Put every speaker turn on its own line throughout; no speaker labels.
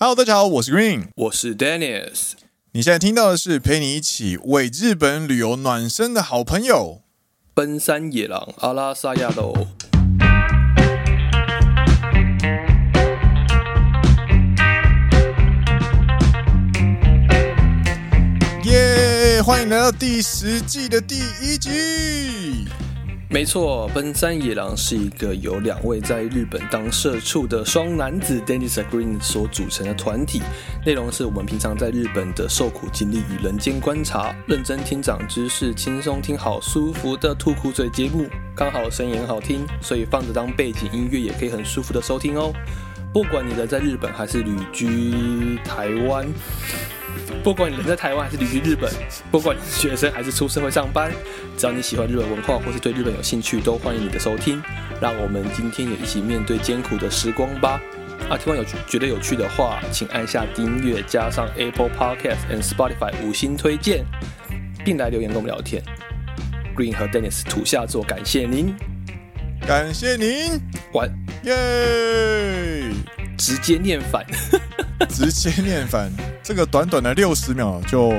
Hello，大家好，我是 Green。
我是 Dennis。
你现在听到的是陪你一起为日本旅游暖身的好朋友。
奔山野狼阿拉萨亚楼，
耶、欢迎来到第十季的第一集。
没错，奔山野狼是一个由两位在日本当社畜的双男子 Dennis 和 Green 所组成的团体，内容是我们平常在日本的受苦经历与人间观察，认真听长知识，轻松听好舒服的吐苦水节目，刚好声音很好听，所以放着当背景音乐也可以很舒服的收听哦。不管你人在日本还是旅居台湾，不管你人在台湾还是旅居日本，不管你是学生还是出社会上班，只要你喜欢日本文化或是对日本有兴趣，都欢迎你的收听。让我们今天也一起面对艰苦的时光吧！啊，听完有觉得有趣的话，请按下订阅，加上 Apple Podcast and Spotify 五星推荐，并来留言跟我们聊天。Green 和 Dennis 土下座，感谢您。
感谢您，
完，
耶、
直接念反，
直接念反，这个短短的六十秒就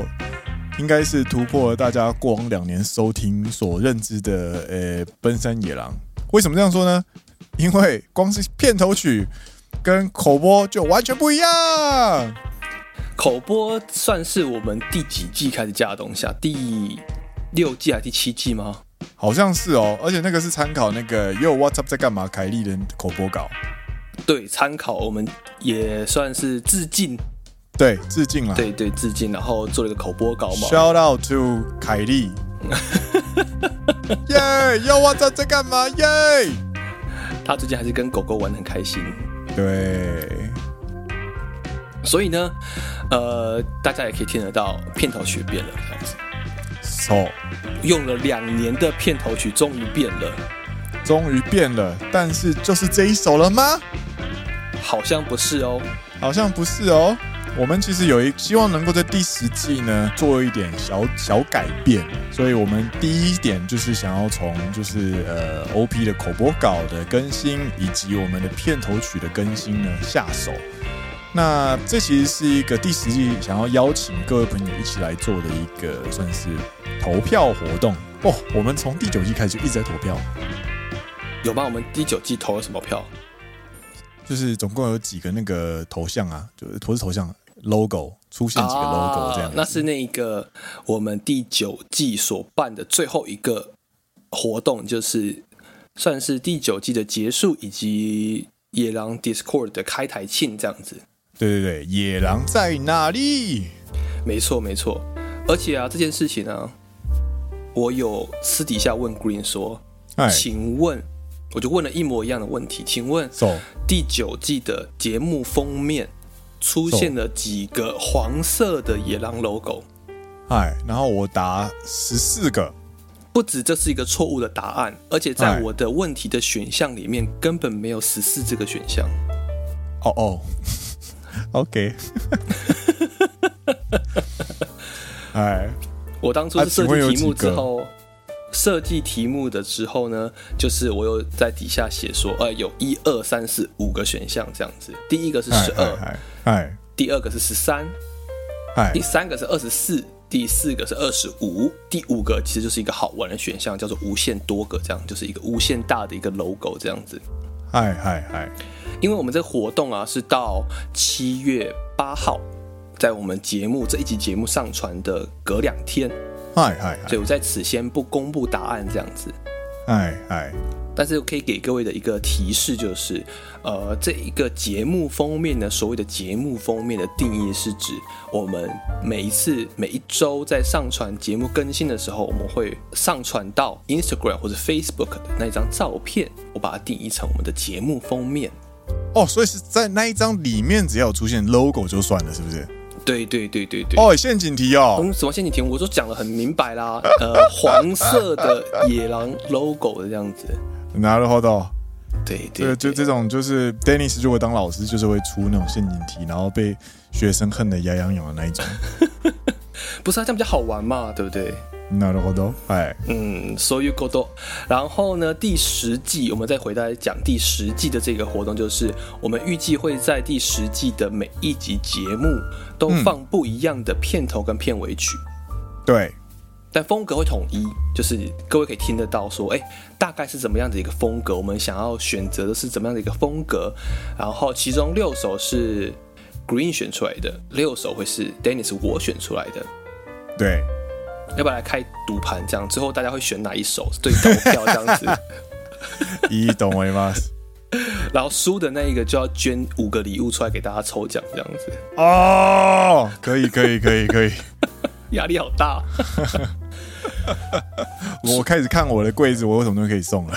应该是突破了大家过往两年收听所认知的呃奔山野狼。为什么这样说呢？因为光是片头曲跟口播就完全不一样。
口播算是我们第几季开始加的东西啊？第六季还是第七季吗？
好像是哦，而且那个是参考那个 Yo What's Up 在干嘛凯莉的口播稿，
对，参考我们也算是致敬，
对，致敬啦。
对对致敬，然后做了一个口播稿嘛。
Shout out to 凯莉。耶，Yo What's Up 在干嘛？耶、
他最近还是跟狗狗玩的很开心，
对，
所以呢，呃，大家也可以听得到片头曲变了，这样子，
手
用了两年的片头曲终于变了，
终于变了，但是就是这一首了吗？
好像不是哦。
好像不是哦。我们其实有一希望能够在第十季呢做一点小小改变，所以我们第一点就是想要从就是呃 OP 的口播稿的更新以及我们的片头曲的更新呢下手。那这其实是一个第十季想要邀请各位朋友一起来做的一个算是投票活动哦。我们从第九季开始就一直在投票，
有吗？我们第九季投了什么票？
就是总共有几个那个头像啊，就是不是头像 logo 出现几个 logo 这样
啊
子、
那是那个我们第九季所办的最后一个活动，就是算是第九季的结束，以及野狼 Discord 的开台庆这样子。
对对对，野狼在哪里？
没错，没错。而且啊，这件事情呢、我有私底下问 Green 说，
哎，
请问，我就问了一模一样的问题，请问
走，
第九季的节目封面出现了几个黄色的野狼 logo？
哎，然后我答十四个，
不止这是一个错误的答案，而且在
哎
我的问题的选项里面根本没有十四这个选项。
哦哦 ，OK，哎，
我当初是设
啊请问有
计题目
几个
之后，设计题目的之后呢，就是我有在底下写说，呃，有一二三四五个选项这样子。第一个是
哎
十二，
哎哎
第二个是十三，
哎
第三个是二十四，第四个是二十五，第五个其实就是一个好玩的选项，叫做无限多个，这样就是一个无限大的一个 logo 这样子。
哎哎哎，
因为我们这个活动啊是到七月八号，在我们节目这一集节目上传的隔两天，
哎哎
所以我在此先不公布答案这样子。
哎哎，
但是可以给各位的一个提示就是，呃，这一个节目封面呢，所谓的节目封面的定义是指我们每一次每一周在上传节目更新的时候，我们会上传到 Instagram 或者 Facebook 的那一张照片，我把它定义成我们的节目封面。
哦，所以是在那一张里面只要有出现 logo 就算了，是不是？
对对对对对。
哦，陷阱题哦，
嗯，什么陷阱题目我都讲的很明白啦，呃，黄色的野狼 logo 的这样子，
拿了后头。
对嗯对
对，就这种就是 Dennis 如果当老师，就是会出那种陷阱题，然后被学生恨得牙痒痒的那一种。
不是、啊、这样比较好玩嘛，对不对？
なるほど。哎，
嗯，所以够多。然后呢，第十季我们再回来讲第十季的这个活动，就是我们预计会在第十季的每一集节目都
嗯
放不一样的片头跟片尾曲，
对，
但风格会统一，就是各位可以听得到说，哎，大概是怎么样的一个风格，我们想要选择的是怎么样的一个风格。然后其中六首是 Green 选出来的，六首会是 Dennis 我选出来的。
对，
要不要来开赌盘？这样之后大家会选哪一首最高票？这样子，
いいと思います。
然后输的那一个就要捐五个礼物出来给大家抽奖，这样子
哦，可以，可以，可以， 可以。
压力好大。啊
我开始看我的柜子，我有什么东西可以送 了？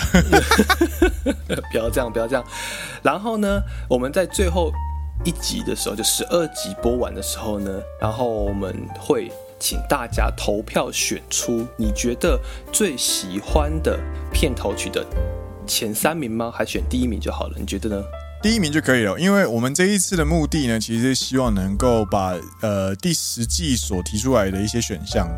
不要这样，不要这样。然后呢，我们在最后一集的时候，就十二集播完的时候呢，然后我们会请大家投票选出你觉得最喜欢的片头曲的前三名吗？还选第一名就好了？你觉得呢？
第一名就可以了，因为我们这一次的目的呢，其实是希望能够把呃第十季所提出来的一些选项，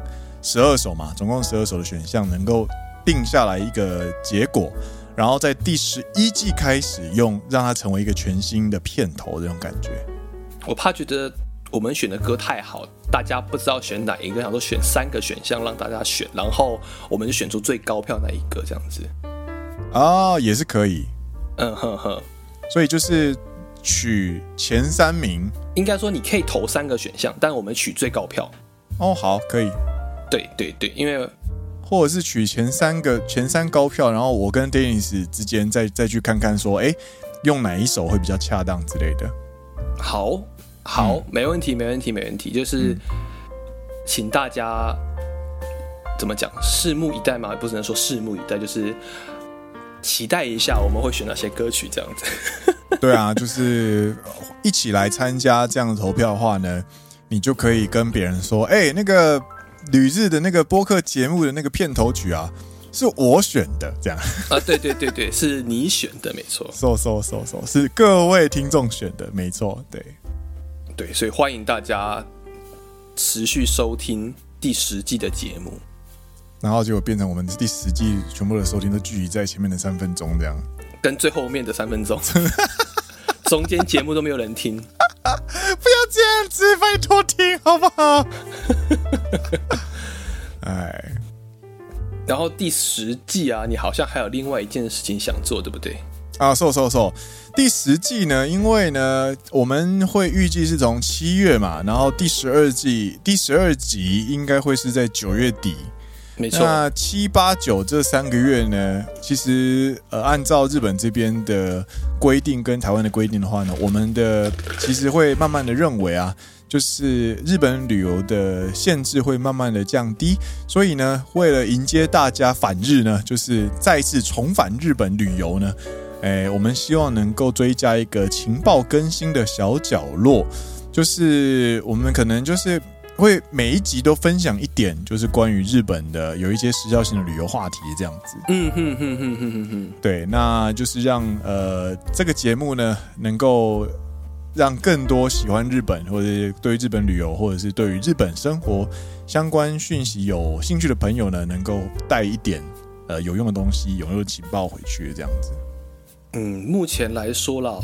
十二首嘛，总共十二首的选项能够定下来一个结果，然后在第十一季开始用，让它成为一个全新的片头这种感觉。
我怕觉得我们选的歌太好，大家不知道选哪一个，想说选三个选项让大家选，然后我们就选出最高票那一个这样子。
啊、也是可以。
嗯哼哼，
所以就是取前三名
应该说你可以投三个选项，但我们取最高票。
哦，好，可以，
对对对，因为
或者是取前三个前三高票，然后我跟 Dennis 之间再再去看看说，哎，用哪一首会比较恰当之类的。
好，好，没问题，没问题，没问题，就是请大家怎么讲，拭目以待嘛，不只能说拭目以待，就是期待一下我们会选哪些歌曲这样子。
对啊， 就是一起来参加这样的投票的话呢，你就可以跟别人说，哎，那个旅日的那个播客节目的那个片头曲啊，是我选的，这样，
啊，对对对对，是你选的，没错，
so so so so，是各位听众选的，没错，对。
对，所以欢迎大家持续收听第十季的节目。
然后结果变成我们第十季全部的收听都聚集在前面的三分钟这样。
跟最后面的三 分钟，中间节目都没有人听。
不要这样子，拜托听好不 好？哎，
然后第十季啊，你好像还有另外一件事情想做，对不对？
啊，瘦瘦瘦，第十季呢，因为呢，我们会预计是从七月嘛，然后第十二季第十二集应该会是在九月底。
没错，
那七八九这三个月呢，其实呃，按照日本这边的规定跟台湾的规定的话呢，我们的其实会慢慢的认为啊，就是日本旅游的限制会慢慢的降低，所以呢，为了迎接大家反日呢，就是再次重返日本旅游呢。哎，我们希望能够追加一个情报更新的小角落，就是我们可能就是会每一集都分享一点，就是关于日本的有一些时效性的旅游话题这样子。
嗯哼哼哼哼哼哼，
对，那就是让呃这个节目呢能够。让更多喜欢日本，或者是对于日本旅游，或者是对于日本生活相关讯息有兴趣的朋友呢，能够带一点呃有用的东西、有用的情报回去，这样子。
嗯，目前来说啦，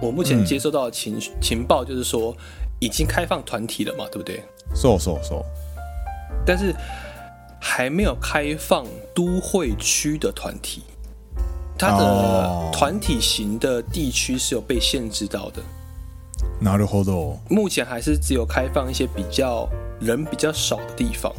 我目前接收到的情、情报就是说已经开放团体了嘛，对不对？
瘦瘦瘦，
但是还没有开放都会区的团体，它
哦
的团体型的地区是有被限制到的。
なるほど。
目前还是只有开放一些比较人比较少的地方。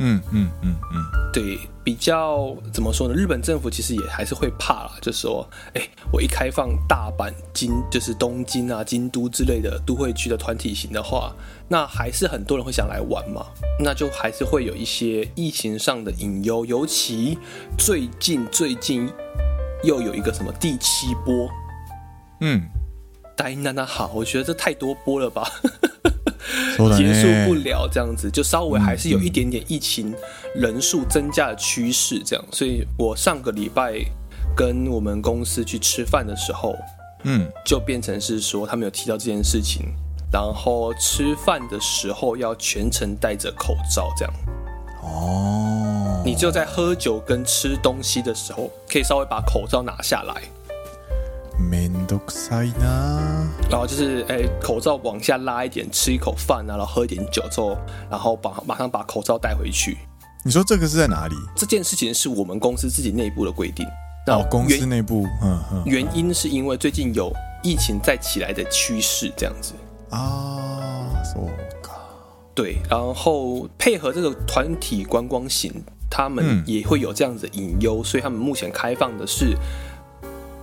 嗯嗯嗯嗯，
对，比较怎么说呢？日本政府其实也还是会怕啦，就说，哎、我一开放大阪、京，就是东京啊、京都之类的都会区的团体型的话，那还是很多人会想来玩嘛，那就还是会有一些疫情上的隐忧，尤其最近最近又有一个什么第七波，
嗯，
呆娜娜好，我觉得这太多波了吧。
そうだ
结束不
ね。
了这样子，就稍微还是有一点点疫情人数增加的趋势这样。所以我上个礼拜跟我们公司去吃饭的时候，
嗯，
就变成是说他们有提到这件事情，然后吃饭的时候要全程戴着口罩，这样。
哦，
你只有在喝酒跟吃东西的时候，可以稍微把口罩拿下来，
面倒くさいな。
然后就是哎、口罩往下拉一点，吃一口饭啊，然后喝一点酒之后，然后把马上把口罩带回去。
你说这个是在哪里？
这件事情是我们公司自己内部的规定。
哦，公司
原
内部，嗯嗯
原因是因为最近有疫情再起来的趋势，这样子。
啊，そうか。
对，然后配合这个团体观光行，他们
嗯
也会有这样子的隐忧，所以他们目前开放的是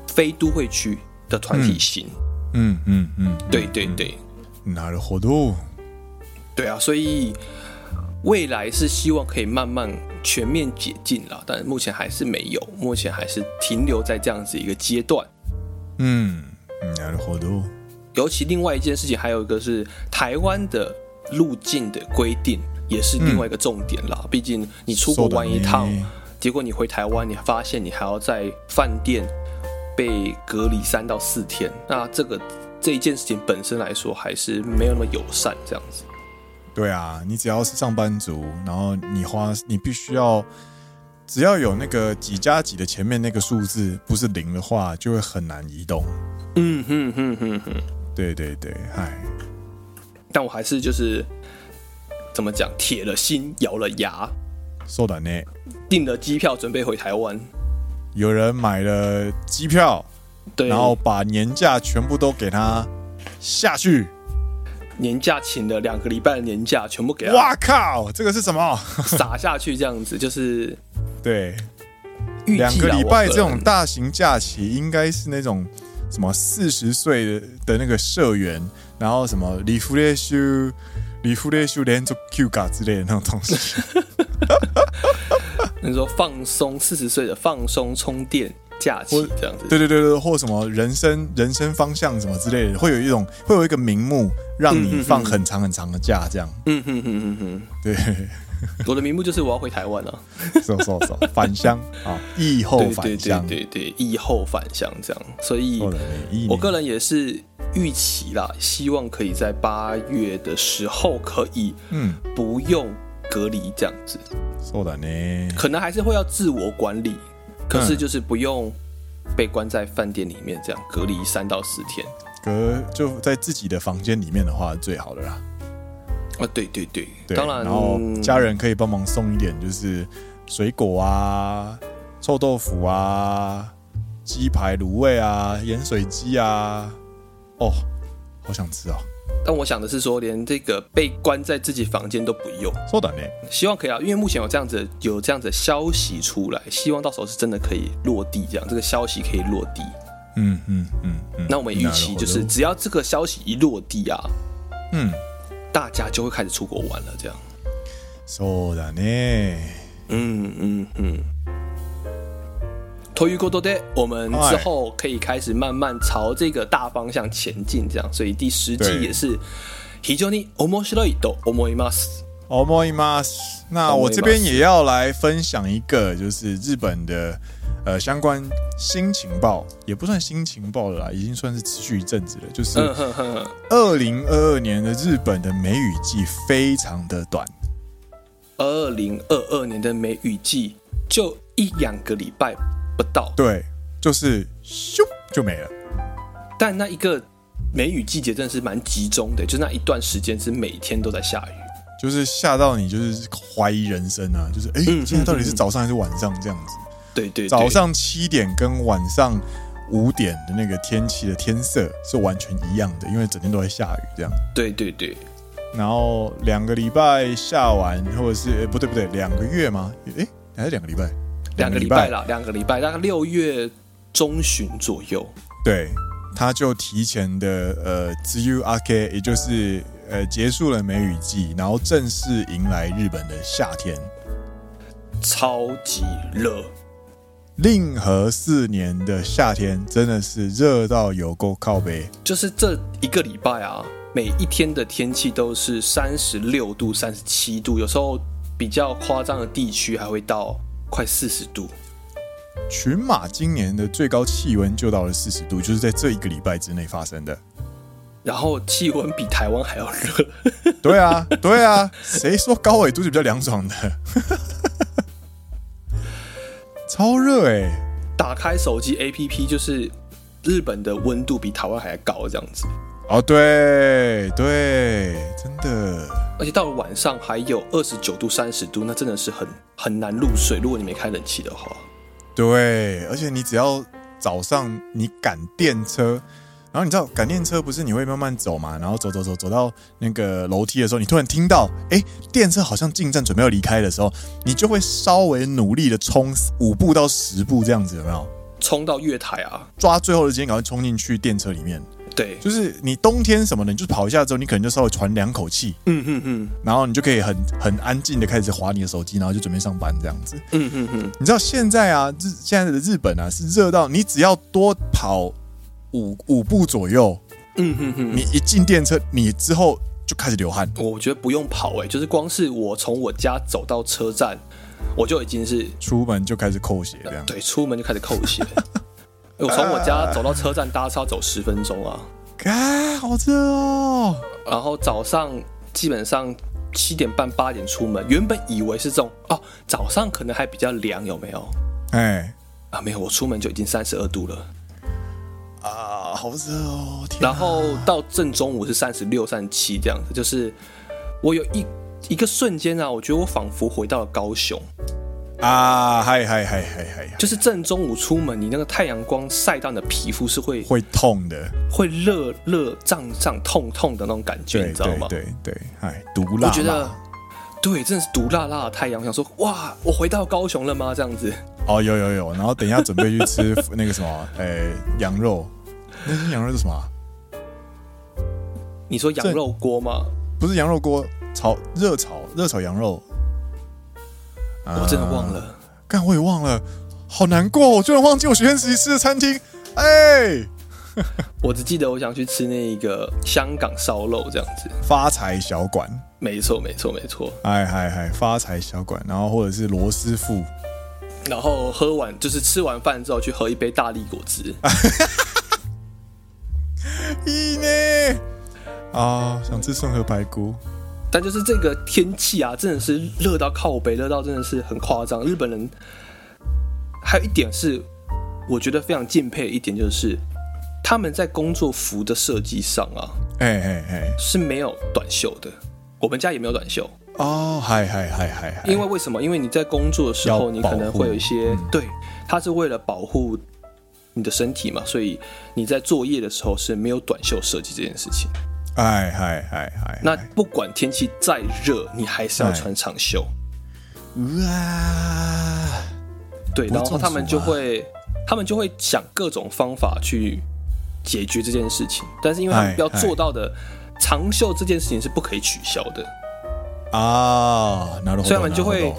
非都会区的团体行。
嗯嗯嗯，
对对对，
なるほど。
对啊，所以未来是希望可以慢慢全面解禁了，但目前还是没有，目前还是停留在这样子一个阶段。
嗯，なるほど。
尤其另外一件事情，还有一个是台湾的路径的规定，也是另外一个重点
嗯
啦。毕竟你出国玩一趟
そうだね，
结果你回台湾，你发现你还要在饭店被隔离三到四天，那这个这一件事情本身来说，还是没有那么友善这样子。
对啊，你只要是上班族，然后你花，你必须要，只要有那个几加几的前面那个数字不是零的话，就会很难移动。
嗯哼哼哼哼，
对对对，嗨，
但我还是就是怎么讲，铁了心，咬了牙，
そうだね。
订了机票，准备回台湾。
有人买了机票，
对，
然后把年假全部都给他下去。
年假请了两个礼拜的年假，全部给他
哇靠，这个是什么？
撒下去，这样子就是
对，
预计啊
两个礼拜这
我个
种
人
大型假期，应该是那种什么四十岁的的那个社员，然后什么リフレッシュ、リフレッシュ連続休暇之类的那种东 西。
你说放松四十岁的放松充电假期
我
这样子，
对对对对，或什么人生人生方向什么之类的，会有一种会有一个名目让你放很长很长的假，这样。
嗯哼哼哼哼，
对，
我的名目就是我要回台湾啊，
走走走，返乡啊，疫后
对
返
对
乡
对。对对，疫后返乡这样，所以
后来一年
我个人也是预期啦，希望可以在八月的时候可以
嗯，
不用隔离这样子，
そうだね。
可能还是会要自我管理，可是
嗯
就是不用被关在饭店里面这样隔离三到四天。
隔就在自己的房间里面的话，最好的啦。
啊，对对对，
对，
当然，
后家人可以帮忙送一点，就是水果啊、臭豆腐啊、鸡排、卤味啊、盐水鸡啊。哦，好想吃哦！
但我想的是说，连这个被关在自己房间都不用，
そうだね。
希望可以啊，因为目前有这样子有这样子的消息出来，希望到时候是真的可以落地，这样这个消息可以落地。
嗯嗯嗯嗯。
那我们预期就是，只要这个消息一落地啊，
嗯，
大家就会开始出国玩了，这样。
そうだね。
嗯嗯嗯。ということで，我们
嗨
之后可以开始慢慢朝这个大方向前进，这样。所以第十季
对
也是非常に面白いと思います。
思います。那我这边也要来分享一个，就是日本的呃相关新情报，也不算新情报了啦，已经算是持续一阵子了。就是
嗯哼哼哼，
二零二二年的日本的梅雨季非常的短，
二零二二年的梅雨季就一两个礼拜不到，
对，就是咻就没了。
但那一个梅雨季节真的是蛮集中的，就那一段时间是每天都在下雨。
就是吓到你，就是怀疑人生啊！就是哎，诶现在到底是早上还是晚上这样子？
对对对，
早上七点跟晚上五点的那个天气的天色是完全一样的，因为整天都在下雨这样。
对对对，
然后两个礼拜下完，或者是、诶不对不对，两个月吗？哎，还是两个礼拜？
两个礼拜啦，两个礼拜，大概六月中旬左右。
对，他就提前的呃 z u a k 也就是呃结束了梅雨季，然后正式迎来日本的夏天。
超级热，
令和四年的夏天真的是热到有够靠背，
就是这一个礼拜啊，每一天的天气都是三十六度、三十七度，有时候比较夸张的地区还会到快四十度。
群马今年的最高气温就到了四十度，就是在这一个礼拜之内发生的。
然后气温比台湾还要热。
对啊，对啊，谁说高纬度是比较凉爽的？ 超热哎、
打开手机 APP 就是日本的温度比台湾还高这样子，
哦，对对，真的，
而且到了晚上还有二十九度、三十度，那真的是很很难入睡。如果你没开冷气的话，
对，而且你只要早上你赶电车，然后你知道赶电车不是你会慢慢走嘛，然后走走走走到那个楼梯的时候，你突然听到，哎，电车好像进站准备要离开的时候，你就会稍微努力的冲五步到十步这样子，有没有？
冲到月台啊，
抓最后的时间，赶快冲进去电车里面。
对，
就是你冬天什么的，你就跑一下之后，你可能就稍微喘两口气，
嗯哼哼，
然后你就可以很很安静的开始划你的手机，然后就准备上班这样子。
嗯哼哼，
你知道现在啊，日现在的日本啊是热到你只要多跑五五步左右，
嗯哼哼。
你一进电车，你之后就开始流汗，
我觉得不用跑哎、就是光是我从我家走到车站，我就已经是
出门就开始扣血这样。
对出门就开始扣 血。哎我从我家走到车站搭车要走十分钟啊，
啊，好热哦！
然后早上基本上七点半八点出门，原本以为是这种哦，早上可能还比较凉，有没有？
哎
啊，没有，我出门就已经三十二度了，
啊，好热哦！天啊
然后到正中午是三十六、三十七这样子，就是我有一一个瞬间啊，我觉得我仿佛回到了高雄，
啊，嗨嗨嗨嗨嗨，
就是正中午出门，你那个太阳光晒到你的皮肤是会
会痛的，
会热热胀胀、痛痛的那种感觉，
对
你知道
对
吗？
对对，哎，毒辣
我
嘛，
觉得。对，真的是毒辣辣的太阳，我想说，哇，我回到高雄了吗？这样子，
哦，有有有，然后等一下准备去吃 那个什么，哎，羊肉，那是羊肉是什么啊？
你说羊
这
肉锅吗？
不是羊肉锅，炒热炒热炒羊肉。
我真的忘了。
干我也忘了，好难过，我居然忘记我学生时期吃的餐厅。哎，
我只记得我想去吃那个香港烧肉这样子。
发财小馆，
没错，没错，没错。
哎嗨嗨，发财小馆，然后或者是罗斯富，
然后喝完就是吃完饭之后去喝一杯大力果汁，
咦呢？啊、想吃顺和排骨，
但就是这个天气啊，真的是热到靠北，热到真的是很夸张。日本人还有一点是，我觉得非常敬佩的一点就是，他们在工作服的设计上啊
哎哎哎，
是没有短袖的。我们家也没有短袖，
哦，嗨嗨嗨嗨嗨，
因为为什么？因为你在工作的时
要保
候，
护
你可能会有一些、对，它是为了保护你的身体嘛，所以你在作业的时候是没有短袖设计这件事情。
哎嗨嗨嗨，
那不管天气再热，你还是要穿长袖。
哎哇，
对，
不
然
中暑
后他们就会，
啊
他们就会想各种方法去解决这件事情，但是因为他们
哎
要做到的长袖这件事情是不可以取消的，
啊，なるほど
所以他们就
な
会
るほど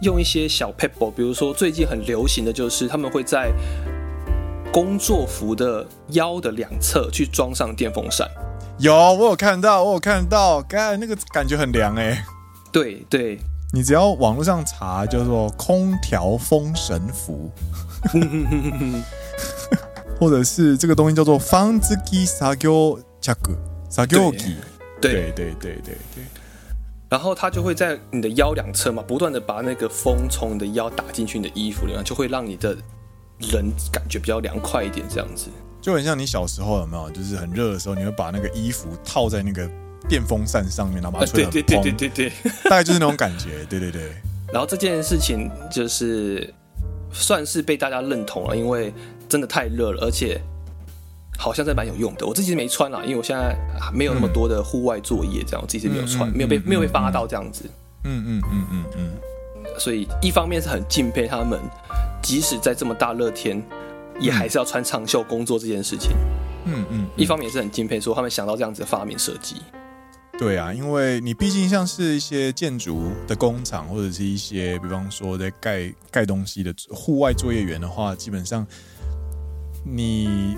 用一些小 p e b b l 比如说最近很流行的就是他们会在工作服的腰的两侧去装上电风扇。
有，我有看到，我有看到，干那个感觉很凉哎、
对对，
你只要网络上查，叫做空调风神 服，或者是这个东西叫做方子机撒娇加格撒娇机，对
对
对对对对，
然后它就会在你的腰两侧嘛，不断的把那个风从你的腰打进去你的衣服里面，就会让你的人感觉比较凉快一点，这样子。
就很像你小时候有没有？就是很热的时候，你会把那个衣服套在那个电风扇上面，然后把它
啊，
吹
对
得
对
很
对对
蓬，
对对。
大概就是那种感觉。对对对，
然后这件事情就是算是被大家认同了，因为真的太热了，而且好像是蛮有用的。我自己没穿啦，因为我现在没有那么多的户外作业，这样我自己是没有穿，
嗯嗯
没有被
嗯
没有被发到这样子。
嗯嗯嗯嗯嗯，
所以一方面是很敬佩他们，即使在这么大热天，也还是要穿长袖工作这件事情。
嗯嗯，
一方面也是很敬佩，说他们想到这样子的发明设计。
对啊，因为你毕竟像是一些建筑的工厂，或者是一些比方说在盖盖东西的户外作业员的话，基本上你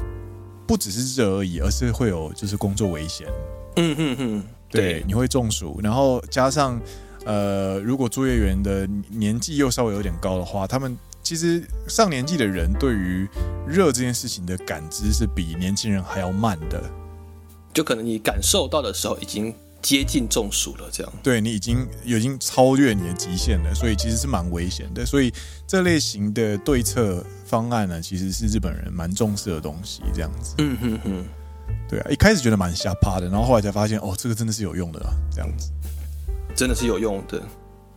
不只是热而已，而是会有就是工作危险，
嗯哼哼，
对，你会中暑，然后加上呃，如果作业员的年纪又稍微有点高的话，他们其实上年纪的人对于热这件事情的感知是比年轻人还要慢的。
就可能你感受到的时候已经接近中暑了，这样。
对你已经已经超越你的极限了，所以其实是蛮危险的。所以这类型的对策方案呢，其实是日本人蛮重视的东西，这样子。
嗯哼哼。
对啊，一开始觉得蛮瞎趴的，然后后来才发现，哦，这个真的是有用的啊，这样子。
真的是有用的。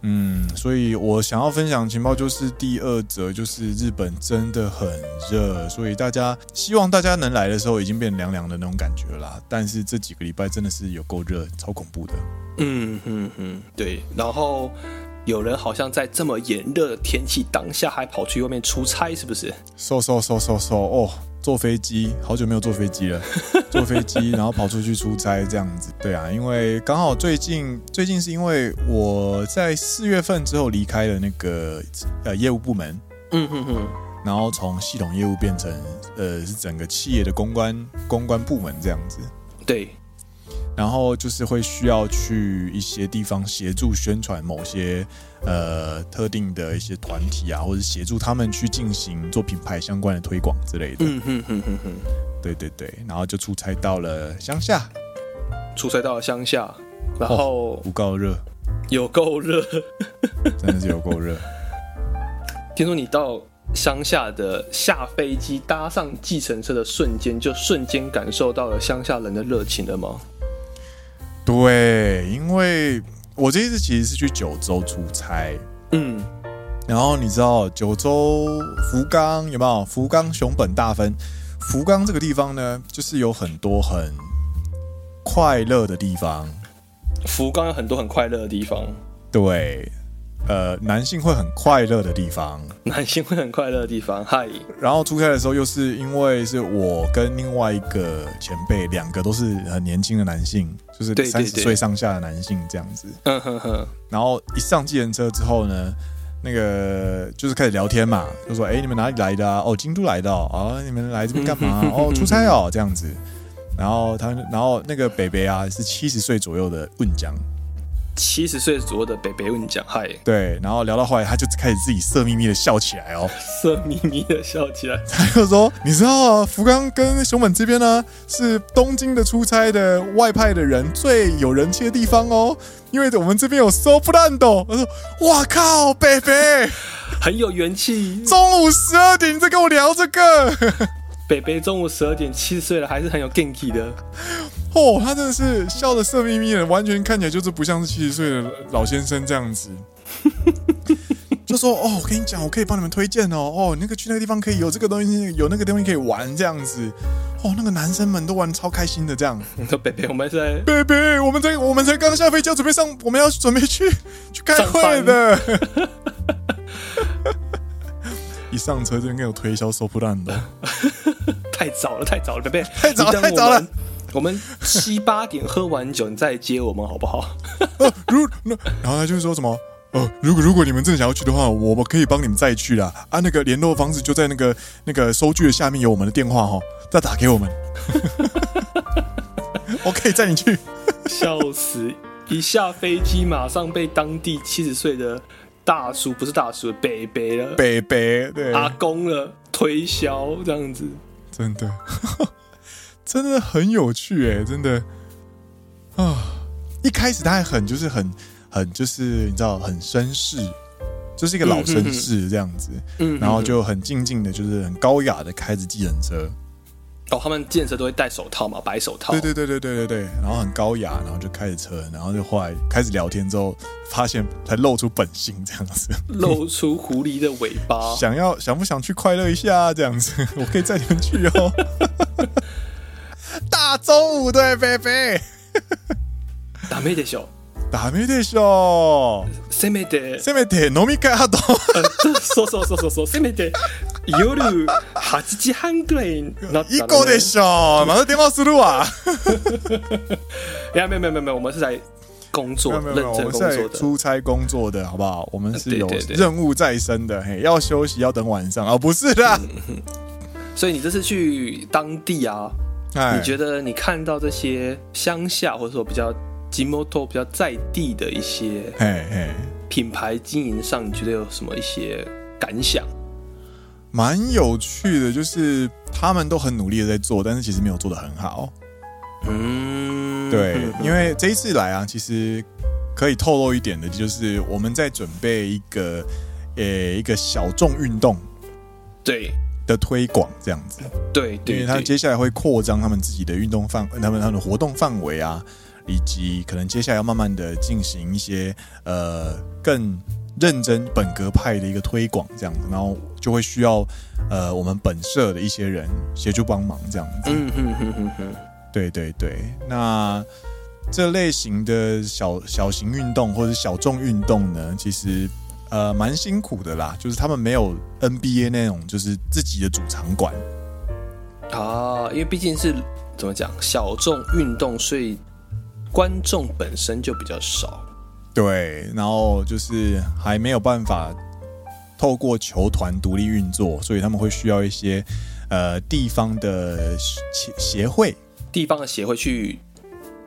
嗯，所以我想要分享的情报就是第二则，就是日本真的很热，所以大家希望大家能来的时候已经变凉凉的那种感觉啦。但是这几个礼拜真的是有够热，超恐怖的。
嗯嗯嗯，对。然后有人好像在这么炎热的天气当下还跑去外面出差，是不是？
嗖嗖嗖嗖嗖哦，坐飞机，好久没有坐飞机了，坐飞机然后跑出去出差这样子。对啊，因为刚好最近最近是因为我在四月份之后离开了那个呃业务部门，
嗯哼哼，
然后从系统业务变成呃是整个企业的公关公关部门这样子，
对，
然后就是会需要去一些地方协助宣传某些呃特定的一些团体啊，或者协助他们去进行做品牌相关的推广之类的。
嗯哼哼哼哼，
对对对，然后就出差到了乡下，
出差到了乡下，然后
不够热，
有够热。
真的是有够热。
听说你到乡下的下飞机搭上计程车的瞬间，就瞬间感受到了乡下人的热情了吗？
对，因为我这一次其实是去九州出差，
嗯，
然后你知道九州福冈有没有？福冈熊本大分，福冈这个地方呢，就是有很多很快乐的地方。
福冈有很多很快乐的地方，
对，呃，男性会很快乐的地方。
男性会很快乐的地方。嗨，
然后出差的时候，又是因为是我跟另外一个前辈，两个都是很年轻的男性，就是
对对
三十
对
岁上下的男性这样子。
嗯哼哼，
然后一上计程车之后呢，那个就是开始聊天嘛，就说：“哎，你们哪里来的啊？哦，京都来的哦，啊，你们来这边干 嘛？哦，出差哦，这样子。”然后他，然后那个北北啊，是七十岁左右的问江，
七十岁左右的北北问你讲嗨，
对，然后聊到后来，他就开始自己色眯眯的笑起来哦，
色眯眯的笑起来。
他就说：“你知道啊，福冈跟熊本这边呢，是东京的出差的外派的人最有人气的地方哦，因为我们这边有 so p l a n d 我说：“哇靠，北北！”
很有元气。
中午十二点你在跟我聊这个，
北北中午十二点七十岁了，还是很有 ganky 的。
嗯哦，他真的是笑得色眯眯的，完全看起来就是不像是七十岁的老先生这样子。 就说哦，我跟你讲，我可以帮你们推荐哦，哦，那个去那个地方可以有这个东西，有那个东西可以玩这样子，哦，那个男生们都玩得超开心的这样。
你说北北，我们是在
，baby，我们在我们才刚下飞机，要准备上，我们要准备去去开会的。一上车就应该有推销收破烂的，
太早了，太早了，北北，
太早了
你等我们
太早了。
我们七八点喝完酒，你再接我们好不好？
呃，如那，然后他就说什么，呃，如果如果你们真的想要去的话，我们可以帮你们再去啦。啊，那个联络方式就在那个那个收据的下面有我们的电话哈，再打给我们。 我可以载你去，
笑死！一下飞机，马上被当地七十岁的大叔，不是大叔，北北了，
北北对，
阿公了，推销这样子。
真的， 真的很有趣哎、真的啊！一开始他还很就是很很就是你知道很绅士，就是一个老绅士这样子，
嗯哼
然后就很静静的，就是很高雅的开着计程车。
哦，他们健身都会戴手套嘛，白手套。
对对对对对对对，然后很高雅，然后就开着车，然后就后来开始聊天之后，发现才露出本性这样子，
露出狐狸的尾巴。
想要想不想去快乐一下啊这样子， 我可以载你们去哦。 大中午的，贝贝，
ダメでしょ。
ダメでしょ。
せめて
せめて飲み会後
そうそうそうそうそう、せめて夜8時半くらいになった
一
ら、
個でしょ。また電話するわ。
いや、没有没有没有没有，我们是来工作，
没有没有没有，
认
我们
真工
是
作
在
的。
出差工作的，好不好？我们是有
对对对
任务在身的，嘿，要休息，要等晚上啊、不是的。
嗯所以你这次去当地啊，
哎
你觉得你看到这些乡下或者说比较吉摩托比较在地的一些
嘿嘿，
品牌经营上，你觉得有什么一些感想？
蛮有趣的，就是他们都很努力的在做，但是其实没有做的很好。
嗯，
对，因
为
为这一次来啊，其实可以透露一点的，就是我们在准备一个呃、一个小众运动
对
的推广这样子，因
对
为
对，
他
对
接下来会扩张他们自己的运动范，呃他们他们的活动范围啊，以及可能接下来要慢慢的进行一些呃更认真本格派的一个推广这样子，然后就会需要呃我们本社的一些人协助帮忙这样子。
嗯哼哼哼哼，
对对对，那这类型的小小型运动或者小众运动呢，其实呃蛮辛苦的啦，就是他们没有 NBA 那种就是自己的主场馆，
啊，因为毕竟是怎么讲小众运动，所以观众本身就比较少。
对，然后就是还没有办法透过球团独立运作，所以他们会需要一些呃地方的协协会，
地方的协会去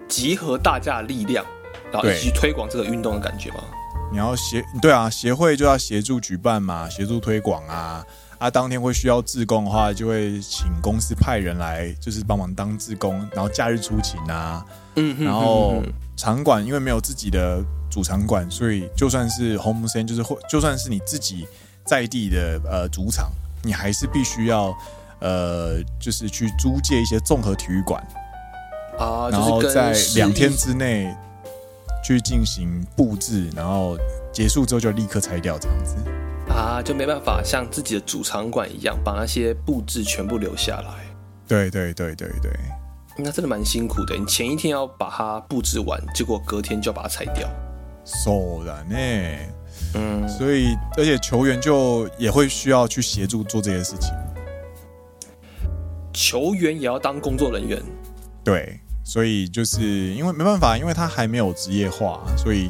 集合大家的力量，然后一
对
起去推广这个运动的感觉嘛。
你要协对啊，协会就要协助举办嘛，协助推广啊。啊，当天会需要志工的话，就会请公司派人来，就是帮忙当志工，然后假日出勤啊。
嗯哼
然后场馆因为没有自己的主场馆，所以就算是 home stand，就是或就算是你自己在地的呃主场，你还是必须要呃，就是去租借一些综合体育馆，
啊，
然
就
后
是跟
在
市
两天
议
之内去进行布置，然后结束之后就立刻拆掉这样子。
啊，就没办法像自己的主场馆一样把那些布置全部留下来。
对对对对对
那真的蛮辛苦的，你前一天要把它布置完，结果隔天就要把它拆掉。
，so 的呢，
嗯，
所以而且球员就也会需要去协助做这些事情。
球员也要当工作人员，
对，所以就是因为没办法，因为他还没有职业化，所以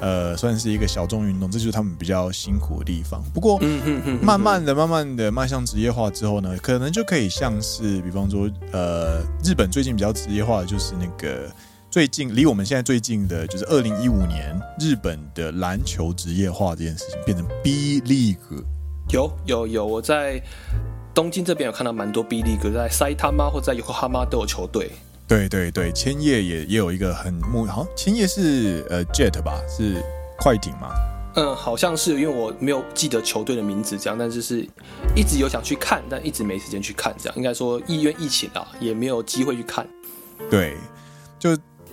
呃，算是一个小众运动，这就是他们比较辛苦的地方。不过，
嗯
慢慢的、慢慢的迈向职业化之后呢，可能就可以像是，比方说，呃，日本最近比较职业化的就是那个。最近离我们现在最近的就是二零一五年日本的篮球职业化这件事情变成 B League，
有有有，我在东京这边有看到蛮多 B League，在埼玉或者在 Yokohama 都有球队。
对对对，千叶也也有一个很目，好像千叶是呃 Jet 吧，是快艇嘛，
嗯，好像是因为我没有记得球队的名字，这样，但是是一直有想去看，但一直没时间去看，这样应该说意愿疫情啊，也没有机会去看。
对，就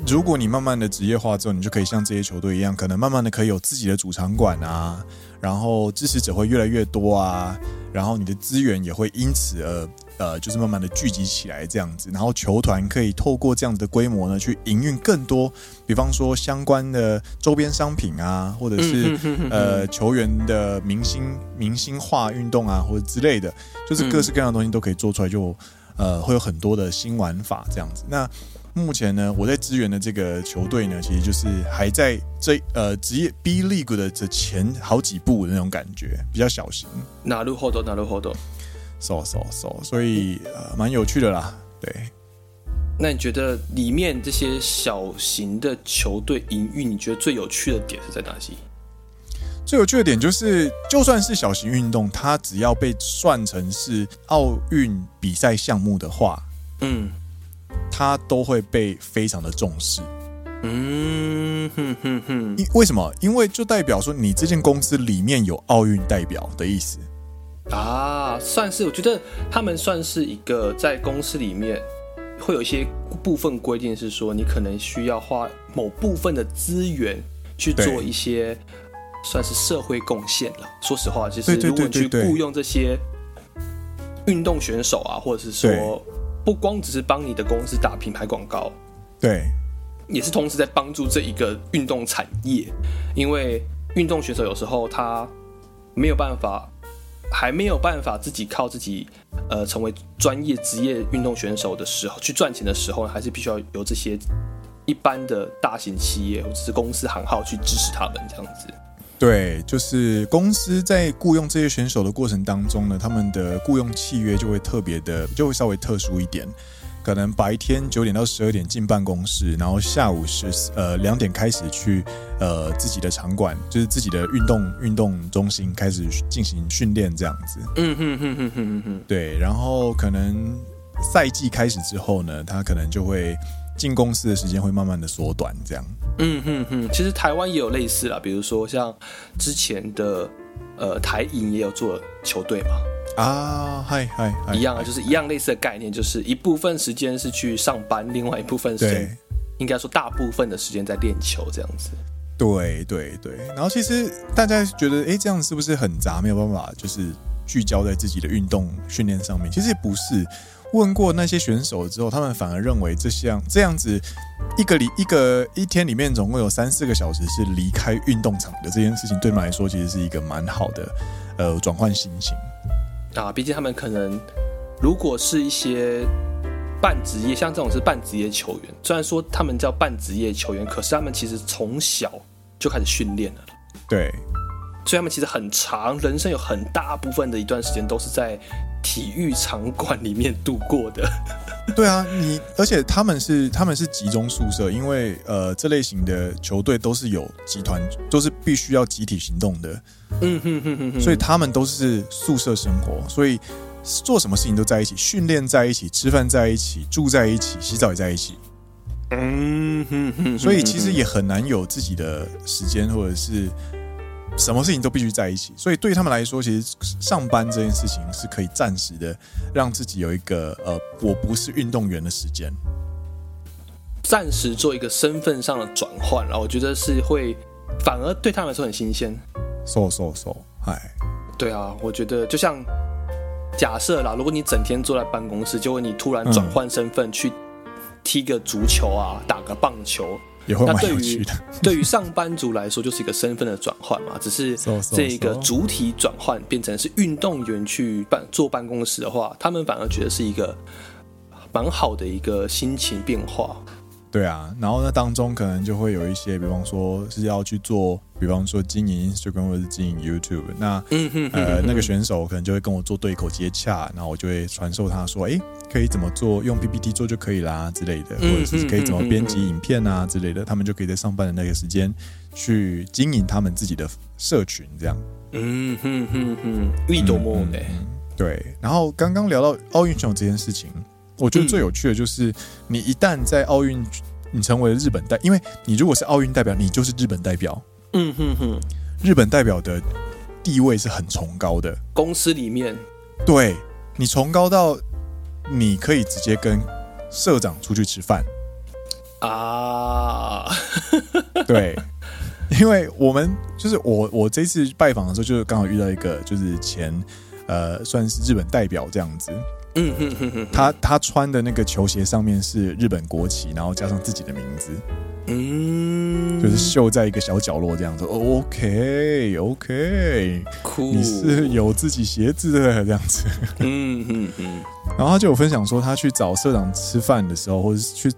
如果你慢慢的职业化之后，你就可以像这些球队一样，可能慢慢的可以有自己的主场馆啊，然后支持者会越来越多啊，然后你的资源也会因此而呃，就是慢慢的聚集起来这样子，然后球团可以透过这样子的规模呢，去营运更多，比方说相关的周边商品啊，或者是、呃球员的明星明星化运动啊，或者之类的，就是各式各样的东西都可以做出来就，呃会有很多的新玩法这样子。那目前呢，我在支援的这个球队呢，其实就是还在这呃职业 B League 的这前好几步的那种感觉，比较小型
哪路后头哪路后头，
，so so so，所以呃蛮有趣的啦，对。
那你觉得里面这些小型的球队营运，你觉得最有趣的点是在哪些？
最有趣的点就是，就算是小型运动，它只要被算成是奥运比赛项目的话，
嗯
它都会被非常的重视。
嗯哼哼哼，
因为什么？因为就代表说你这间公司里面有奥运代表的意思。
啊，算是我觉得他们算是一个在公司里面会有一些部分规定，是说你可能需要花某部分的资源去
对
做一些算是社会贡献了。说实话，其实
对对
如果
对
你去
对对
雇佣这些运动选手啊，或者是说不光只是帮你的公司打品牌广告，
对，
也是同时在帮助这一个运动产业，因为运动选手有时候他没有办法，还没有办法自己靠自己，呃，成为专业职业运动选手的时候去赚钱的时候，还是必须要由这些一般的大型企业或者是公司行号去支持他们这样子。
对，就是公司在雇佣这些选手的过程当中呢，他们的雇佣契约就会特别的，就会稍微特殊一点。可能白天九点到十二点进办公室，然后下午十呃两点开始去呃自己的场馆，就是自己的运动运动中心开始进行训练这样子。
嗯哼哼哼哼哼哼，
对，然后可能赛季开始之后呢，他可能就会进公司的时间会慢慢的缩短，这样。
嗯哼哼，其实台湾也有类似啦，比如说像之前的呃台银也有做球队嘛，
啊，嗨嗨嗨，
一样啊，就是一样类似的概念，就是一部分时间是去上班，另外一部分时
对
间应该说大部分的时间在练球这样子。
对对对。然后其实大家觉得，哎，这样是不是很杂？没有办法，就是聚焦在自己的运动训练上面。其实也不是。问过那些选手之后，他们反而认为这项这样子一个里一个一天里面总共有三四个小时是离开运动场的这件事情，对他们来说其实是一个蛮好的呃转换心情。
啊，毕竟他们可能如果是一些半职业，像这种是半职业球员，虽然说他们叫半职业球员，可是他们其实从小就开始训练了，
对，
所以他们其实很长人生有很大部分的一段时间都是在体育场馆里面度过 的。
对啊，你而且他们是他们是集中宿舍，因为呃这类型的球队都是有集团，都是必须要集体行动的，
嗯哼哼哼哼，
所以他们都是宿舍生活，所以做什么事情都在一起，训练在一起，吃饭在一起，住在一起，洗澡也在一起，
嗯哼哼哼，
所以其实也很难有自己的时间或者是。什么事情都必须在一起，所以对他们来说，其实上班这件事情是可以暂时的让自己有一个呃，我不是运动员的时间。
暂时做一个身份上的转换，然后我觉得是会反而对他们来说很新鲜。
瘦瘦瘦，嗨。
对啊，我觉得就像假设啦，如果你整天坐在办公室，结果你突然
嗯
转换身份去踢个足球啊，打个棒球，
也会
那
哦蛮
对
有
于
趣的。
对于上班族来说，就是一个身份的转换嘛。只是
So, so,
这一个
so
主体转换变成是运动员去办坐办公室的话，他们反而觉得是一个蛮好的一个心情变化。
对啊，然后那当中可能就会有一些，比方说是要去做，比方说经营 Instagram 或者是经营 YouTube 那。
嗯哼哼
呃，
哼
那个选手可能就会跟我做对口接洽，然后我就会传授他说，诶，可以怎么做，用 PPT 做就可以啦之类的，或
嗯
者是可以怎么
嗯嗯
编
嗯
辑影片啊之类的，他们就可以在上班的那个时间去经营他们自己的社群，这样。
嗯哼哼哼，一朵梦呢？
对，然后刚刚聊到奥运选手这件事情，我觉得最有趣的就是，你一旦在奥运，你成为了日本代，因为你如果是奥运代表，你就是日本代表，
嗯哼哼，
日本代表的地位是很崇高的，
公司里面
对你崇高到你可以直接跟社长出去吃饭，
啊，
对，因为我们就是我我这次拜访的时候，就是刚好遇到一个就是前呃算是日本代表这样子，
嗯哼哼哼。
他他穿的那个球鞋上面是日本国旗，然后加上自己的名字，
嗯，
就是绣在一个小角落这样子。哦 OK OK，
酷，
你是有自己鞋子的这样子。
嗯嗯嗯，
然后他就有分享说，他去找社长吃饭的时候，或者是去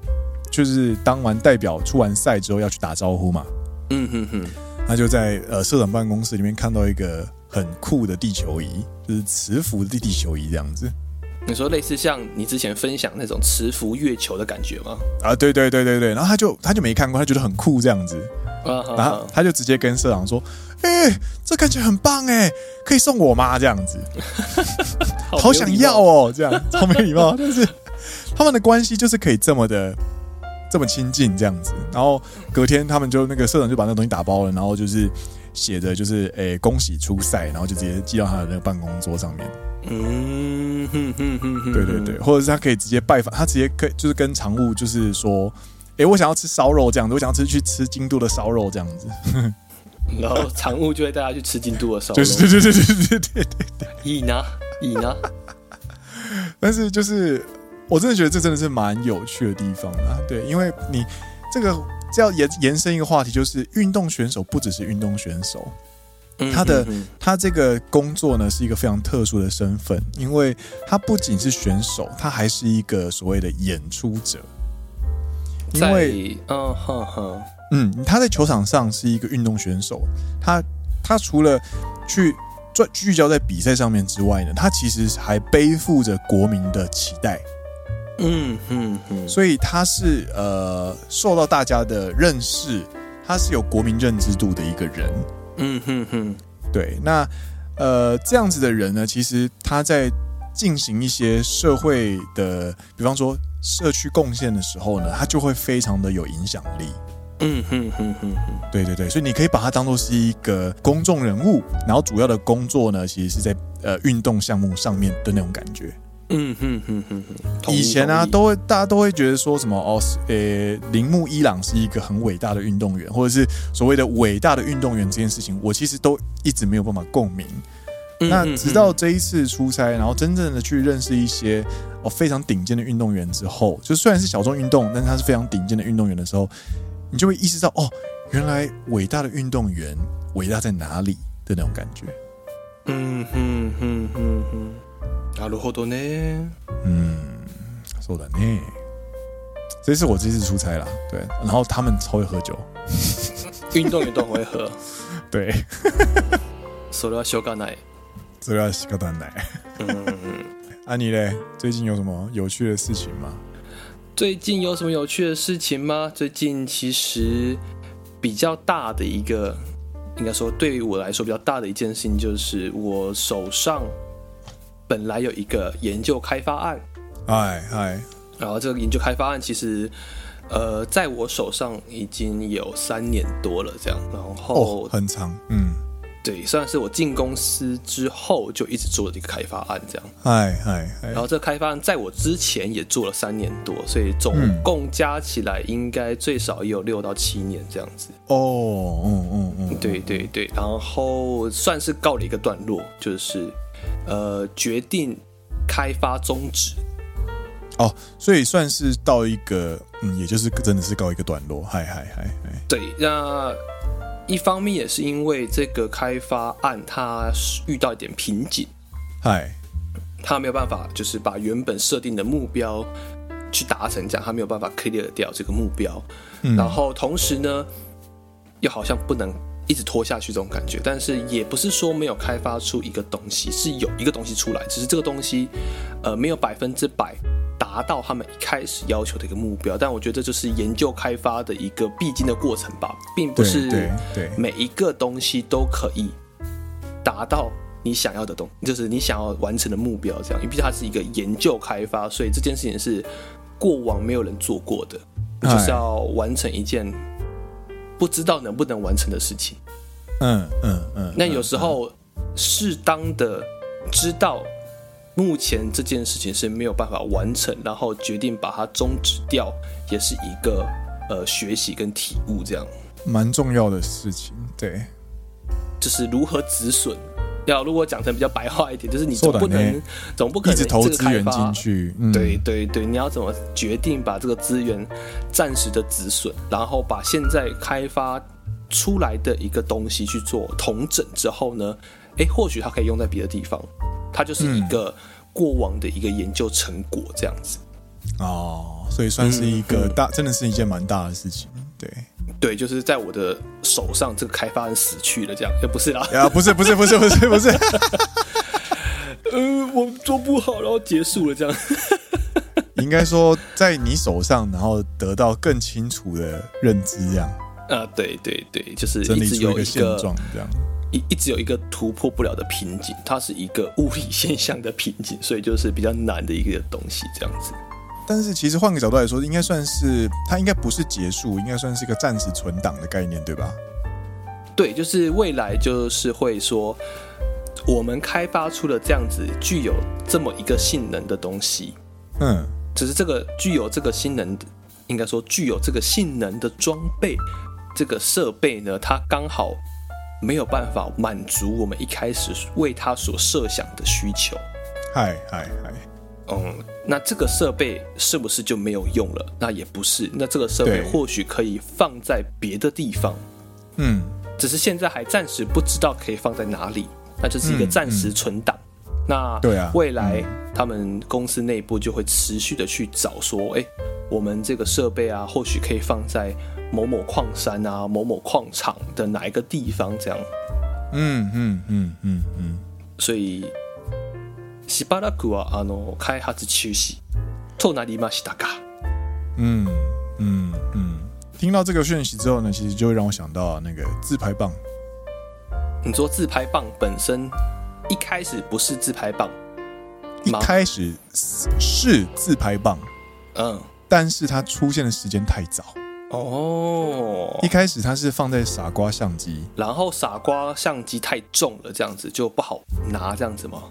就是当完代表出完赛之后要去打招呼嘛，
嗯哼哼，
他就在呃社长办公室里面看到一个很酷的地球仪，就是磁浮的地球仪这样子。
你说类似像你之前分享那种磁浮月球的感觉吗？
啊，对对对对对，然后他就他就没看过，他觉得很酷这样子。
啊哈
然后
哈，
他就直接跟社长说：“哎、这感觉很棒哎，可以送我吗？”这样子，好
没有
想
礼貌
要，哦，这样超没礼貌。但是他们的关系就是可以这么的这么亲近这样子。然后隔天他们就那个社长就把那东西打包了，然后就是写着就是哎、恭喜出赛，然后就直接寄到他的那个办公桌上面。
嗯哼哼哼哼，
对对对，或者是他可以直接拜访，他直接可以就是跟常务就是说。哎、我想要吃烧肉这样子，我想要吃去吃京都的烧肉这样子，
然后常务就会带他去吃京都的烧
就
肉，
是对对对对对对对
以呢以呢，
但是就是我真的觉得这真的是蛮有趣的地方啦。对，因为你这个这要延延伸一个话题，就是运动选手不只是运动选手，
嗯
他的
嗯嗯
他这个工作呢是一个非常特殊的身份，因为他不仅是选手，他还是一个所谓的演出者。因
在
为
嗯哼哼，
嗯，他在球场上是一个运动选手，他他除了去专聚焦在比赛上面之外呢，他其实还背负着国民的期待。
嗯哼哼，
所以他是呃受到大家的认识，他是有国民认知度的一个人。
嗯哼哼，
对，那呃这样子的人呢，其实他在进行一些社会的，比方说社区贡献的时候呢，它就会非常的有影响力。
嗯哼哼哼哼，
对对对，所以你可以把它当做是一个公众人物，然后主要的工作呢，其实是在呃运动项目上面的那种感觉。
嗯哼哼哼哼，同意
以前啊，
同意
都会大家都会觉得说什么哦，是呃，铃木一朗是一个很伟大的运动员，或者是所谓的伟大的运动员这件事情，我其实都一直没有办法共鸣。
嗯
那
嗯嗯
直到这一次出差，然后真正的去认识一些哦非常顶尖的运动员之后，就虽然是小众运动，但是他是非常顶尖的运动员的时候，你就会意识到哦，原来伟大的运动员伟大在哪里的那种感觉。
嗯哼哼哼哼，なるほどね。
嗯，そうだね。这是我这次出差啦，对，然后他们超会喝酒，
运动员都很会喝，
对，
それはしょうがない。
这个西格蛋奶。
嗯，
啊，你嘞，最近有什么有趣的事情吗？
最近有什么有趣的事情吗？最近其实比较大的一个，应该说对于我来说比较大的一件事情，就是我手上本来有一个研究开发案，
哎哎，
然后这个研究开发案其实，呃，在我手上已经有三年多了，这样，然后、
哦，很长，嗯，
对，算是我进公司之后就一直做的一个开发案，这样。
哎哎哎
然，后这个开发案在我之前也做了三年多，所以总
嗯
共加起来应该最少也有六到七年这样子。
哦，嗯嗯嗯，
对对对，然后算是告了一个段落，就是呃决定开发终止。
哦，所以算是到一个，嗯，也就是真的是告一个段落，嗨嗨嗨嗨，
对，那一方面也是因为这个开发案它是遇到一点瓶颈，
嗨，
它没有办法就是把原本设定的目标去达成，这样它没有办法 clear 掉这个目标。
嗯
然后同时呢，又好像不能一直拖下去这种感觉，但是也不是说没有开发出一个东西，是有一个东西出来，只是这个东西呃没有百分之百达到他们一开始要求的一个目标。但我觉得这就是研究开发的一个必经的过程吧，并不
对
是
对对，
每一个东西都可以达到。你想要的东，就是你想要完成的目标，这样，因为毕竟它是一个研究开发，所以这件事情是过往没有人做过的。就
哎
是要完成一件不知道能不能完成的事情。
嗯嗯嗯，
那
嗯
有时候适当的知道目前这件事情是没有办法完成，然后决定把它终止掉，也是一个呃学习跟体悟，这样
蛮重要的事情，对，
就是如何止损。要如果讲成比较白话一点，就是你
そ
总
うだね
不能总不可
一
能
直投
这个
资源
开发
进去，嗯，
对对对，你要怎么决定把这个资源暂时的止损，然后把现在开发出来的一个东西去做统整之后呢？诶，或许它可以用在别的地方，它就是一
嗯
个过往的一个研究成果这样子。
哦，所以算是一
嗯
个大，真的是一件蛮大的事情，对。
对，就是在我的手上，这个开发人死去了，这样也 不是啦，
啊，不是不是不是不是不 是，
呃，我做不好，然后结束了这样。
应该说在你手上，然后得到更清楚的认知，这样
啊，对对对，就是
整
一
理
直
出
有
一个
一
现状，这样。
一一直有一个突破不了的瓶颈，它是一个物理现象的瓶颈，所以就是比较难的一个东西，这样子。
但是其实换个角度来说，应该算是它应该不是结束，应该算是一个暂时存档的概念，对吧？
对，就是未来就是会说，我们开发出了这样子具有这么一个性能的东西，
嗯，
只是这个具有这个性能的，应该说具有这个性能的装备，这个设备呢，它刚好没有办法满足我们一开始为它所设想的需求。
嗨嗨嗨，
嗯，那这个设备是不是就没有用了？那也不是，那这个设备
对
或许可以放在别的地方，
嗯，
只是现在还暂时不知道可以放在哪里，那就是一个
嗯
暂时存档。那
对啊
未来他们公司内部就会持续的去找说，哎，我们这个设备啊，或许可以放在某某矿山啊、某某矿场的哪一个地方这样。
嗯嗯嗯嗯嗯，
所以，しばらくはあの開発中止となりましたか。
嗯嗯嗯。听到这个讯息之后呢，其实就会让我想到那个自拍棒，
你说自拍棒本身一开始不是自拍棒，
一
吗
开始是是自拍棒，
嗯，
但是它出现的时间太早。
哦
一，开始它是放在傻瓜相机，
然后傻瓜相机太重了，这样子就不好拿，这样子吗？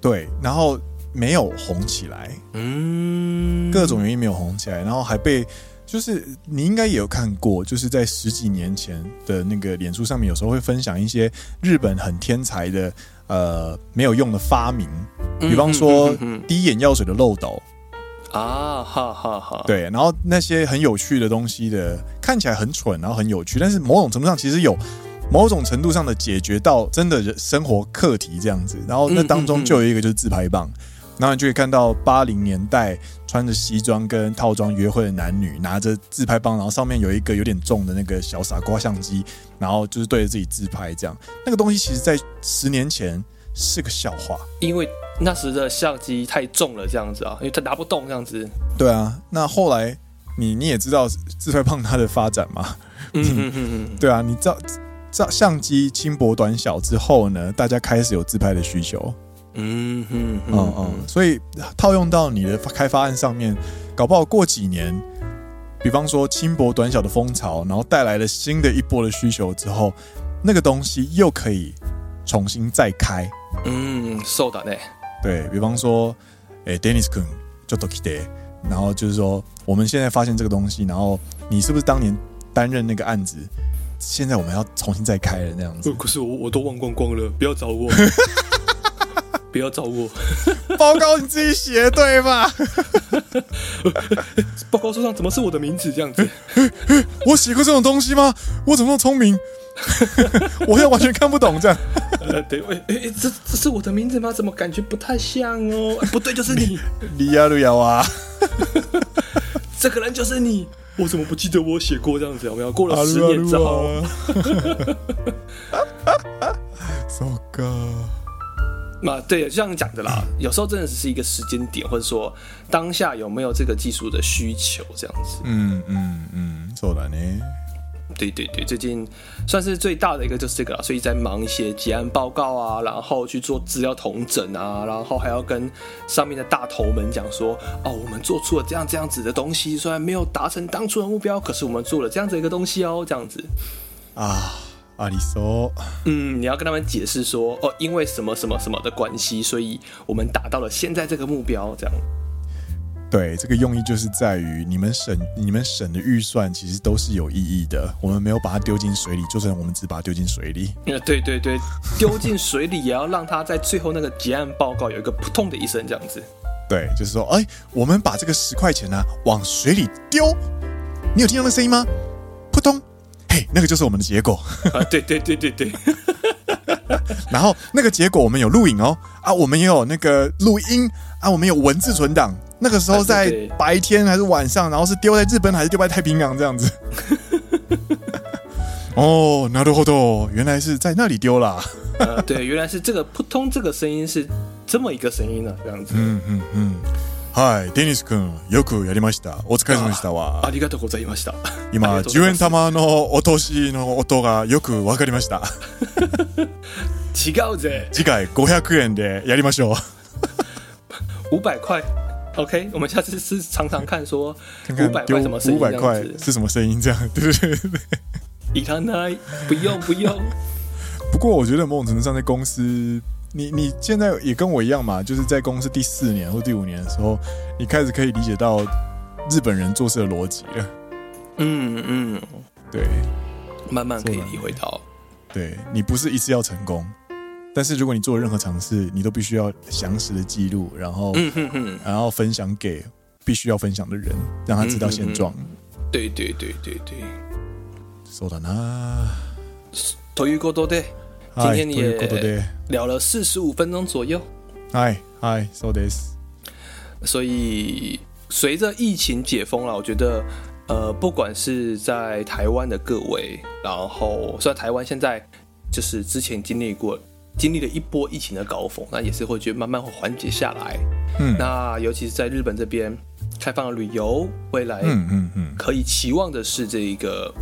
对，然后没有红起来，
嗯，
各种原因没有红起来，然后还被就是你应该也有看过，就是在十几年前的那个脸书上面，有时候会分享一些日本很天才的呃没有用的发明，
嗯
比方说
嗯嗯嗯嗯
滴眼药水的漏斗，
啊，哈哈哈，，
对，然后那些很有趣的东西的看起来很蠢，然后很有趣，但是某种程度上其实有。某种程度上的解决到真的人生活课题这样子，然后那当
嗯嗯
中
嗯
就有一个就是自拍棒，然后你就可以看到八零年代穿着西装跟套装约会的男女拿着自拍棒，然后上面有一个有点重的那个小傻瓜相机，然后就是对着自己自拍这样。那个东西其实在十年前是个笑话，
因为那时的相机太重了，这样子啊，因为它拿不动这样子。
对啊。那后来你你也知道自拍棒它的发展嘛，
嗯嗯嗯嗯，
对啊，你照照相机轻薄短小之后呢，大家开始有自拍的需求，
嗯嗯
嗯
嗯
嗯，所以套用到你的开发案上面，搞不好过几年，比方说轻薄短小的风潮，然后带来了新的一波的需求之后，那个东西又可以重新再开，
嗯，受打呢。
对比方说，诶 d e n n i s 君就 d o k i d 然后就是说，我们现在发现这个东西，然后你是不是当年担任那个案子？现在我们要重新再开了那样子，
可是我我都忘光光了，不要找 我，不要找我。
报告你自己写对吧？
报告书上怎么是我的名字这样子？
我写过这种东西吗？我怎么那么聪明？ 我现在完全看不懂这样。
呃，对，哎、哎、哎这这是我的名字吗？怎么感觉不太像哦？哎不对，就是 你，
李亚路亚啊，
这个人就是你。我怎么不记得我写过这样子？有没有？过
阿
了十
鲁阿
年之后，
鲁啊。啊 糟糕，
那啊对，就像你讲的啦，有时候真的只是一个时间点，或者说当下有没有这个技术的需求这样子。
嗯嗯嗯，そうだね。
对对对，最近算是最大的一个就是这个了，所以在忙一些结案报告啊，然后去做资料统整啊，然后还要跟上面的大头们讲说，哦，我们做出了这样这样子的东西，虽然没有达成当初的目标，可是我们做了这样子的一个东西哦，这样子。
啊，阿里索，
嗯，你要跟他们解释说，哦，因为什么什么什么的关系，所以我们达到了现在这个目标，这样。
对，这个用意就是在于你们省你们省的预算其实都是有意义的，我们没有把它丢进水里，就算我们只把它丢进水里。
呃，对对对，丢进水里也要让它在最后那个结案报告有一个扑通的一声这样子。
对，就是说，哎、我们把这个十块钱呢、啊往水里丢，你有听到那声音吗？扑通，嘿，那个就是我们的结果。
啊，对对对对对，
然后那个结果我们有录影哦，啊，我们也有那个录音啊，我们有文字存档。那个时候
啊
在
对对
白天还是晚上，然后是丢在日本还是丢在太平洋这样子。 哦，なるほど，原来是在那里丢啦。
呃， 对，原来是这个扑通这个声音是这么一个声音呢、这样子。
嗯嗯嗯。はい、デニス君、よくやりました。お疲れ様でしたわ。
啊ありがとうございました。
今
ありがとう
10
ござい
円
ます
玉の落としの音がよくわかりました
違うぜ，
次回500円でやりましょう
五百块。OK，我们下次是尝尝看，说五
看看
百块
丢
什么声
五
音这
百
样
块
子。
是什么声音这样对对对对
いらない，不用 不用。
不过我觉得某种程度上在公司你你现在也跟我一样嘛就是在公司第四年或第五年的时候你开始可以理解到日本人做事的逻辑了
嗯嗯，
对
慢慢可以体会到。
对你不是一次要成功但是如果你做任何尝试你都必须要详实的记录然后、
嗯哼哼，
然后分享给必须要分享的人让他知道现状、
对对对对对。
そうだな。
ということで今
はい
天
ということ
也
で、
聊了四十五分钟左右，
はい、はい、そうです。
所以随着疫情解封了，我觉得，呃，不管是在台湾的各位，然后虽然台湾现在就是之前经历过经历了一波疫情的高峰，那也是会觉得慢慢会缓解下来。
嗯
那尤其是在日本这边开放了旅游，未来
嗯嗯嗯，
可以期望的是这一个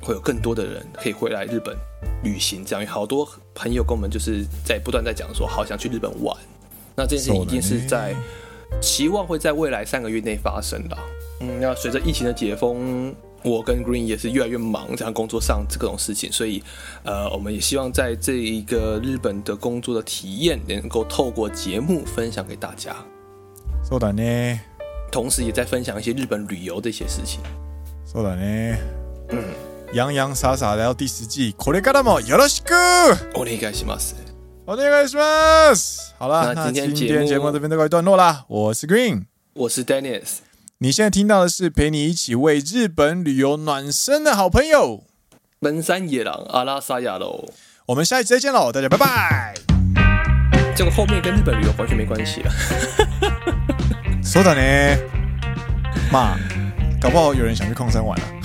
会有更多的人可以回来日本旅行，这样有好多朋友跟我们就是在不断在讲说，好想去日本玩。那这件事情一定是在期望会在未来三个月内发生的啊。嗯，那随着疫情的解封，我跟 Green 也是越来越忙，这样工作上这种事情，所以呃，我们也希望在这一个日本的工作的体验，能够透过节目分享给大家，
そうだね。
同时也在分享一些日本旅游的一些事情。
そうだね。嗯，洋洋洒洒来到第十季，これからもよろしく
お願いします。
お願いします。好了，
那
那
今
今
天节
天
目
节目这边就告一段落啦。我是 Green，
我是 Dennis，
你现在听到的是陪你一起为日本旅游暖身的好朋友。
奔山野狼阿拉萨亚喽。
我们下一期再见喽，大家拜 拜。
结果后面跟日本旅游完全没关系了。
そうだね。嘛，搞不好有人想去矿山玩了、啊。